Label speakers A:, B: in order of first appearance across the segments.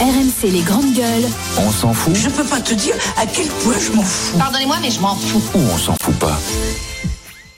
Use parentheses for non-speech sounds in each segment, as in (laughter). A: RMC les grandes gueules.
B: On s'en fout
C: Je peux pas te dire à quel point je m'en fous.
D: Pardonnez-moi, mais je m'en fous.
B: ou on s'en fout pas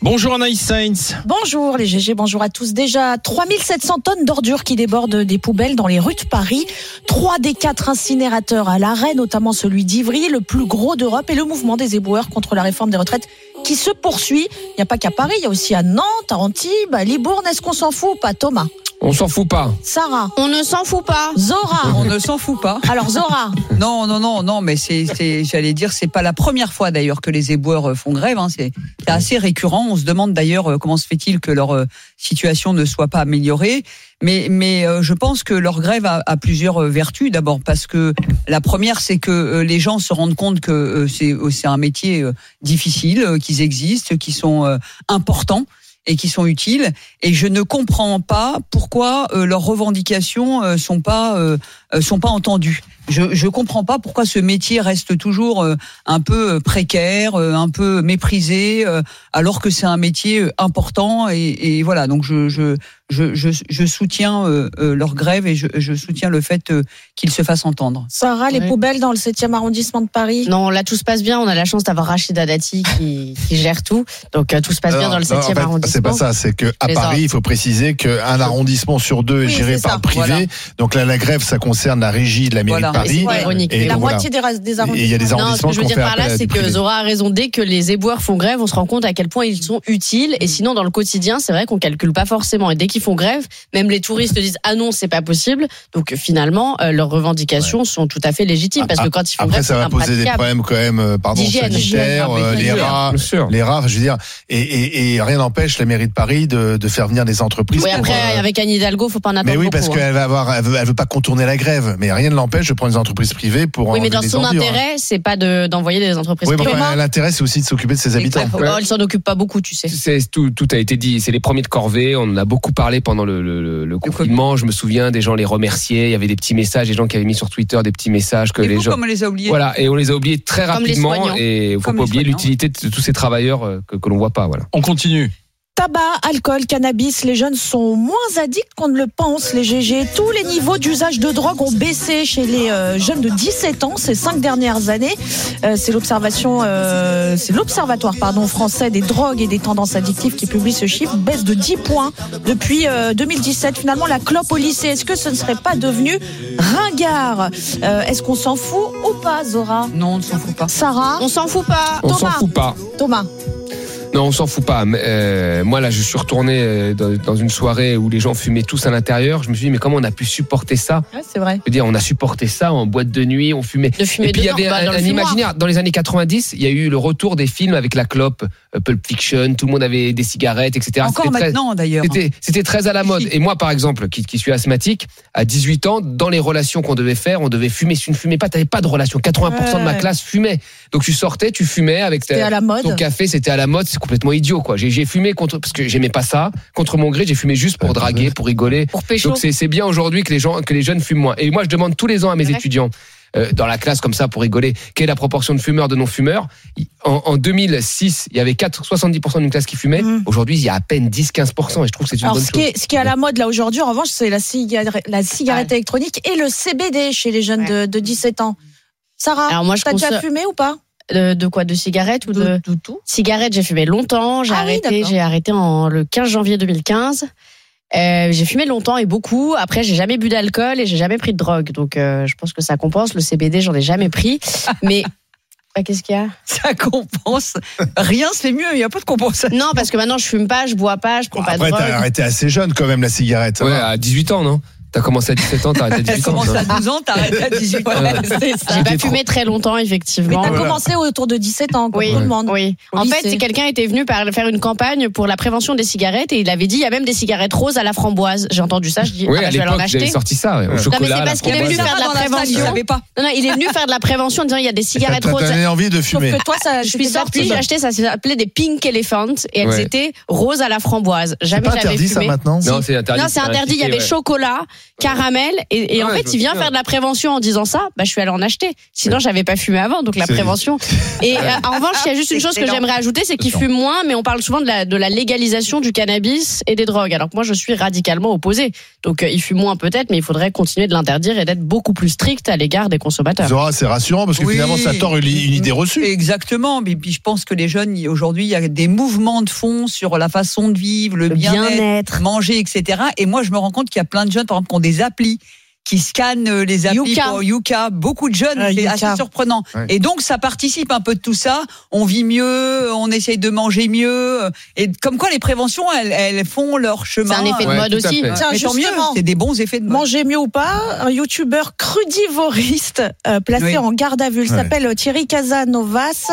E: Bonjour Anaïs Sainz.
F: Bonjour les GG, bonjour à tous. Déjà 3700 tonnes d'ordures qui débordent des poubelles dans les rues de Paris. Trois des quatre incinérateurs à l'arrêt, notamment celui d'Ivry, le plus gros d'Europe, et le mouvement des éboueurs contre la réforme des retraites qui se poursuit. Il n'y a pas qu'à Paris, il y a aussi à Nantes, à Antibes, à Libourne. Est-ce qu'on s'en fout ou pas, Thomas
E: On s'en fout pas.
F: Sarah
D: On ne s'en fout pas.
F: Zora
G: On ne s'en fout pas.
F: Alors
H: (laughs)
F: Zora,
G: (laughs) Non, non, non, non, mais c'est, c'est- j'allais dire, c'est pas la première fois d'ailleurs que les éboueurs euh, font grève. hein. C'est, c'est assez récurrent. On se demande d'ailleurs euh, comment se fait-il que leur euh, situation ne soit pas améliorée. Mais, mais euh, je pense que leur grève a, a plusieurs euh, vertus. D'abord parce que la première, c'est que euh, les gens se rendent compte que euh, c'est, euh, c'est un métier euh, difficile, euh, qu'ils existent, qu'ils sont euh, importants et qui sont utiles. Et je ne comprends pas pourquoi euh, leurs revendications euh, sont pas euh, euh, sont pas entendues. Je je comprends pas pourquoi ce métier reste toujours euh, un peu euh, précaire, euh, un peu méprisé, euh, alors que c'est un métier euh, important. Et, et voilà, donc je je je je, je soutiens euh, euh, leur grève et je, je soutiens le fait euh, qu'ils se fassent entendre.
F: Sarah, les
D: Oui.
F: poubelles dans le 7e arrondissement de Paris.
D: Non, là tout se passe bien. On a la chance d'avoir Rachida Dati qui, qui gère tout. Donc euh, tout se passe bien
H: Alors,
D: dans le
H: non, en
D: 7e
H: fait,
D: arrondissement.
H: C'est pas ça, c'est que à
D: Les
H: Paris,
D: ordres.
H: il faut préciser qu'un arrondissement sur deux est
F: Oui,
H: géré
F: c'est
H: par
F: ça,
H: le privé.
G: voilà.
H: Donc là, la grève, ça concerne la régie de la mairie
G: Voilà.
H: de Paris.
D: Et c'est ironique.
H: Et
D: La
F: La
H: donc, voilà.
F: moitié des, ra- des
H: Et il y a des
F: arrondissements.
D: Non, ce que
H: arrondissements
D: je
H: qui
D: veux
H: ont
D: dire
H: fait
D: par
H: appel
D: là,
H: à
D: c'est
H: du
D: que
H: privé.
D: Zora a raison. Dès que les éboueurs font grève, on se rend compte à quel point ils sont utiles. Et sinon, dans le quotidien, c'est vrai qu'on calcule pas forcément. Et dès qu'ils font grève, même les touristes disent Ah non, c'est pas possible. Donc finalement, euh, leurs revendications sont tout à fait légitimes. Parce que quand ils
H: Ah,
D: font
H: Après,
D: grève,
H: ça va
D: c'est
H: poser des
D: impraticable.
H: problèmes quand même, euh, pardon,
D: D'hygiène, Ah,
H: sanitaires,
G: d'hygiène,
H: euh,
G: oui,
H: les
G: bien sûr.
H: rats,
E: Bien sûr.
H: les rats, je veux dire. Et, et, et rien n'empêche la mairie de Paris de, de faire venir des entreprises.
D: Oui,
H: pour,
D: après,
H: euh,
D: avec Anne Hidalgo, faut pas en attendre
H: mais oui, parce
D: beaucoup, hein.
H: qu'elle va avoir, elle veut, elle veut pas contourner la grève. Mais rien ne l'empêche de prendre des entreprises privées pour.
D: Oui, mais
H: enlever
D: dans
H: les
D: son
H: ordures, hein.
D: intérêt, c'est pas de- d'envoyer des entreprises
H: Oui, mais
D: privées.
H: enfin, l'intérêt, c'est aussi de s'occuper de ses habitants.
D: Oh, elle s'en occupe pas beaucoup, tu sais.
I: C'est- tout, tout a été dit. C'est les premiers de corvée. On en a beaucoup parlé pendant le, le- le- le confinement. Je me souviens des gens les remerciaient. Il y avait des petits messages, des gens qui avaient mis sur Twitter des petits messages que
G: Et
I: les
G: vous,
I: gens.
G: comme on les a oubliés
I: Voilà, et on les a oubliés très
D: Comme les
I: rapidement.
D: soignants.
I: Et il faut
G: Comme
I: pas
G: les
I: oublier
G: soignants.
I: l'utilité de tous ces travailleurs euh, que, que l'on voit pas. Voilà.
E: On continue.
F: Tabac, alcool, cannabis, les jeunes sont moins addicts qu'on ne le pense, les GG. Tous les niveaux d'usage de drogue ont baissé chez les euh, jeunes de 17 ans ces cinq dernières années. Euh, c'est l'observation, euh, c'est l'observatoire pardon français des drogues et des tendances addictives qui publie ce chiffre, baisse de 10 points depuis euh, 2017. Finalement, la clope au lycée, est-ce que ce ne serait pas devenu ringard Euh, Est-ce qu'on s'en fout ou pas, Zora
G: Non, on ne s'en fout pas.
F: Sarah,
D: On s'en fout pas.
I: On s'en
F: Thomas.
I: fout pas.
F: Thomas.
I: Non, on s'en fout pas. Mais, euh, moi, là, je suis retourné euh, dans, dans une soirée où les gens fumaient tous à l'intérieur. Je me suis dit, mais comment on a pu supporter ça
F: c'est vrai.
I: Je veux dire, on a supporté ça en boîte de nuit, on fumait.
D: De fumer
I: Et puis il y
D: dehors,
I: avait
D: pas
I: un,
D: bah, dans le
I: un
D: fumoir.
I: imaginaire. Dans les années 90, il y a eu le retour des films avec la clope, euh, Pulp Fiction, tout le monde avait des cigarettes, etc.
G: Encore
I: C'était très-
G: maintenant d'ailleurs.
I: c'était- C'était très à la mode. Et moi, par exemple, qui, qui suis asthmatique, à 18 ans, dans les relations qu'on devait faire, on devait fumer. Si tu ne fumais pas, tu n'avais pas de relation. 80% de ma
F: Ouais.
I: classe fumait. Donc tu sortais, tu fumais avec
F: T'es
I: ta,
F: à la mode.
I: ton café, c'était à la mode, c'est complètement idiot. quoi. J'ai j'ai fumé contre, parce que j'aimais pas ça. Contre mon gré, j'ai fumé juste pour
H: Ouais,
I: draguer, pour rigoler.
D: Pour pécho.
I: Donc c'est c'est bien aujourd'hui que les gens que les jeunes fument moins. Et moi je demande tous les ans à mes
D: Ouais.
I: étudiants euh, dans la classe comme ça pour rigoler quelle est la proportion de fumeurs de non fumeurs. En, en 2006 il y avait 4, 70% d'une classe qui fumait.
F: Mhm.
I: Aujourd'hui il y a à peine 10-15% et je trouve que c'est une
F: Alors,
I: bonne
F: ce qui,
I: chose.
F: est, ce qui est à la mode là aujourd'hui, en revanche, c'est la cigarette, la cigarette électronique et le CBD chez les jeunes de, de 17 ans. Sarah,
D: Alors, moi, je
F: t'as déjà
D: consomme-
F: fumé ou pas
D: De, de quoi De cigarettes ou de.
F: Du tout.
D: Cigarettes, j'ai fumé longtemps. J'ai
F: Ah oui,
D: arrêté,
F: d'accord.
D: j'ai arrêté en, le 15 janvier 2015. Euh, j'ai fumé longtemps et beaucoup. Après, j'ai jamais bu d'alcool et j'ai jamais pris de drogue. Donc, euh, je pense que ça compense. Le CBD, j'en ai jamais (laughs) pris. Mais. Ouais, Bah, Qu'est-ce qu'il y a
G: (laughs) Ça compense. Rien, c'est mieux. Il n'y a pas de compensation.
D: Non, parce que maintenant, je fume pas, je bois pas, je prends pas
H: Après,
D: de drogue.
H: t'as arrêté assez jeune quand même la cigarette. ça
I: Ouais, ah.
H: va.
I: à 18 ans non T'as commencé à 17 ans, t'as
G: (laughs)
I: arrêté à
G: Elle
I: 18 ans.
G: commence
I: non
G: à 12 ans, t'arrêtes à 18 ans.
I: hein. Ouais.
D: J'ai pas fumé très longtemps,
F: Mais
D: effectivement.
F: t'as
H: Voilà.
F: commencé autour de 17 ans, comme
D: euh, Oui.
F: tout le monde.
D: Oui.
F: Au
D: En
F: lycée.
D: fait, c'est quelqu'un était venu par faire une campagne pour la prévention des cigarettes et il avait dit il y a même des cigarettes roses à la framboise. J'ai entendu ça, je dis
I: Oui,
D: ah bah,
I: à
D: je vais aller en
I: l'époque, j'avais
D: acheter.
I: sorti ça, ouais, au
H: Non, mais c'est
I: chocolat. la
D: parce qu'il
G: Il y
I: framboise.
G: avait
D: avait dû
G: ça
D: faire de la
G: dans la salle, il
D: prévention.
G: savait pas.
D: Non, non, il est venu faire de la prévention en disant il y a des
H: T'as
D: cigarettes
H: t'as
D: roses.
H: donné envie de
F: Sauf
H: fumer.
F: que toi, ça,
D: Je
F: c'était
D: suis
F: ta
D: sortie,
F: pub.
D: j'ai aché, ça s'appelait des pink elephants et elles
I: Ouais.
D: étaient roses à la framboise.
H: C'est
D: Jamais
H: pas
D: j'avais
H: interdit ça
D: fumé.
H: maintenant
I: Non, c'est interdit.
D: Non, c'est interdit. Il y avait
I: ouais. Ah
D: chocolat, caramel. Et, et en
I: Ouais,
D: fait,
I: je me
D: il vient
I: souviens.
D: faire de la prévention en disant ça. Bah, je suis allée en acheter. Sinon, j'avais pas fumé avant. Donc, la
H: C'est-
D: prévention. Et euh, en revanche, il y a juste une chose que
G: Excellent.
D: j'aimerais ajouter, c'est qu'il fume moins, mais on parle souvent de la, de la légalisation du cannabis et des drogues. Alors que moi, je suis radicalement opposée. Donc, euh, il fume moins peut-être, mais il faudrait continuer de l'interdire et d'être beaucoup plus strict à l'égard des consommateurs.
H: Zora, c'est rassurant parce que
G: Oui.
H: finalement, ça tord une, une idée reçue.
G: Exactement. Mais puis je pense que les jeunes, il- aujourd'hui, il y a des mouvements de fond sur la façon de vivre, le,
D: Le
G: bien-être,
D: bien-être.
G: manger, etc. Et moi, je me rends compte qu'il y a plein de jeunes, par exemple, qui ont des applis, qui scannent euh, les applis
D: Yuka.
G: pour Yuka. Beaucoup de jeunes,
F: Ah,
G: c'est
F: Yuka.
G: assez surprenant.
H: Ouais.
G: Et donc, ça participe un peu de tout ça. On vit mieux, on essaye de manger mieux. Et comme quoi, les préventions, elles, elles font leur
D: C'est
G: chemin.
D: un effet de
I: Ouais,
D: mode
I: tout à
D: aussi.
I: fait.
F: Tiens,
G: Mais tant mieux,
F: justement.
G: c'est des bons effets de mode.
F: Manger mieux ou pas, un youtubeur crudivoriste euh, placé
G: Oui.
F: en garde à vue. Il
H: Ouais.
F: s'appelle euh, Thierry Casanovas.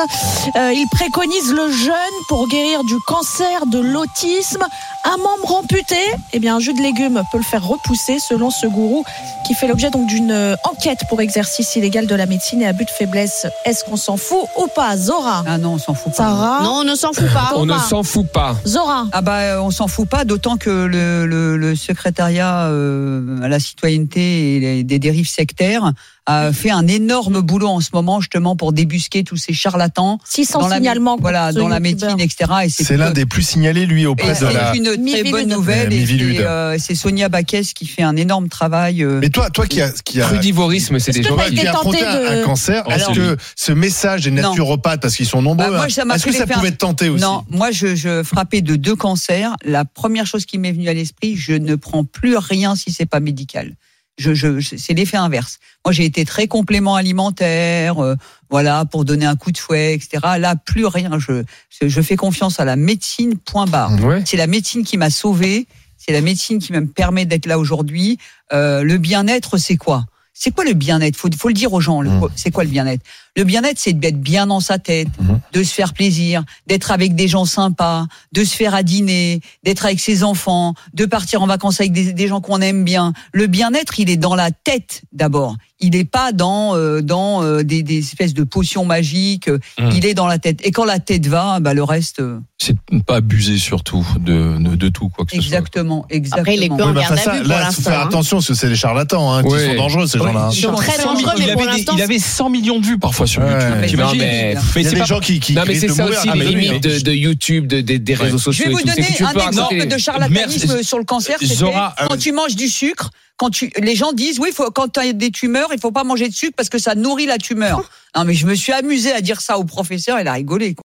F: Euh, il préconise le jeûne pour guérir du cancer, de l'autisme. Un membre amputé, eh bien, un jus de légumes peut le faire repousser, selon ce gourou, qui fait l'objet donc d'une euh, enquête pour exercice illégal de la médecine et abus de faiblesse. Est-ce qu'on s'en fout ou pas, Zora
G: Ah non, on s'en fout pas.
F: Sarah
D: Non, on ne s'en fout pas.
E: On ne
F: Thomas.
E: s'en fout pas.
F: Zora
G: Ah bah euh, on s'en fout pas, d'autant que le, le- le secrétariat euh, à la citoyenneté et les- des dérives sectaires a fait un énorme boulot en ce moment justement pour débusquer tous ces charlatans
F: 600
G: la, mé-
F: signalements. contre
G: voilà,
F: ce
G: dans la
F: youtubeur.
G: médecine, etc. Et
H: C'est l'un
G: que-
H: des plus signalés, lui,
G: et
H: auprès de
G: c'est
H: la.
G: une très
F: Miviludes.
G: bonne nouvelle.
H: Ouais,
G: et
H: Miviludes.
G: c'est, euh, c'est Sonia Baquès qui fait un énorme travail. euh,
H: Mais toi, toi qui as. Qui a...
I: Crudivorisme, c'est des
F: que
I: gens
F: t'as
H: Toi
I: qui.
H: qui
F: été
H: as affronté
F: tenté
H: un
F: de-
H: un cancer,
I: Oh,
H: est-ce
I: c'est
H: que ce message des naturopathes, parce qu'ils sont nombreux,
G: Bah, moi, ça
H: hein,
G: m'a
H: est-ce
G: fait
H: que ça
G: l'effet-
H: pouvait te tenter aussi
G: Non, moi je, je frappais de deux cancers. La première chose qui m'est venue à l'esprit, je ne prends plus rien si c'est pas médical. Je, je, je- c'est l'effet inverse. Moi j'ai été très complément alimentaire, euh, voilà pour donner un coup de fouet, etc. Là plus rien. Je je fais confiance à la médecine. Point barre.
I: Ouais.
G: C'est la médecine qui m'a sauvé. C'est la médecine qui me permet d'être là aujourd'hui. Euh, le bien-être, c'est quoi C'est quoi le bien-être faut, faut le dire aux gens. le-
H: Mm.
G: C'est quoi le bien-être Le bien-être, c'est d'être bien dans sa tête,
H: Mhm.
G: de se faire plaisir, d'être avec des gens sympas, de se faire à dîner, d'être avec ses enfants, de partir en vacances avec des, des gens qu'on aime bien. Le bien-être, il est dans la tête d'abord. Il n'est pas dans euh, dans euh, des, des espèces de potions magiques.
E: Mm.
G: Il est dans la tête. Et quand la tête va, bah le reste. euh,
A: C'est de ne pas abuser surtout de, de, de tout, quoi que ce soit.
G: Exactement, exactement.
D: Après, il est peu en
H: Oui, bah, enfin,
D: garde à
H: ça,
D: vue pour
H: là, faut faire
D: l'instant. hein.
H: attention parce que c'est des charlatans, hein,
I: Ouais.
H: ils sont dangereux ces gens-là. hein.
D: Ils sont très dangereux,
A: il,
D: mais pour
A: avait des-
D: l'instant, Ah,
A: il avait 100 millions de vues parfois sur
H: Ouais.
A: YouTube.
H: Non,
A: t'imagines
I: Ah, mais-
H: Il
A: Mais
H: y a
A: c'est
H: des
A: pas-
H: gens qui, qui
I: Non, mais
H: risquent
I: c'est
H: de
I: ça
H: mourir.
I: aussi,
H: Ah,
I: les
H: mais oui,
I: limites de,
H: mais-
I: de YouTube, de- de- des réseaux
G: Je
I: sociaux.
G: vais vous
I: et tout. C'est
G: donner
I: que tu
G: un
I: peux
G: exemple
I: raconter-
G: de charlatanisme
A: Merci.
G: sur le cancer. c'était
A: Zora,
G: quand
A: euh,
G: tu manges du sucre, quand tu, les gens disent oui, faut, quand tu as des tumeurs, il faut pas manger de sucre parce que ça nourrit la tumeur. non, mais je me suis amusé à dire ça au professeur, il a rigolé. quoi.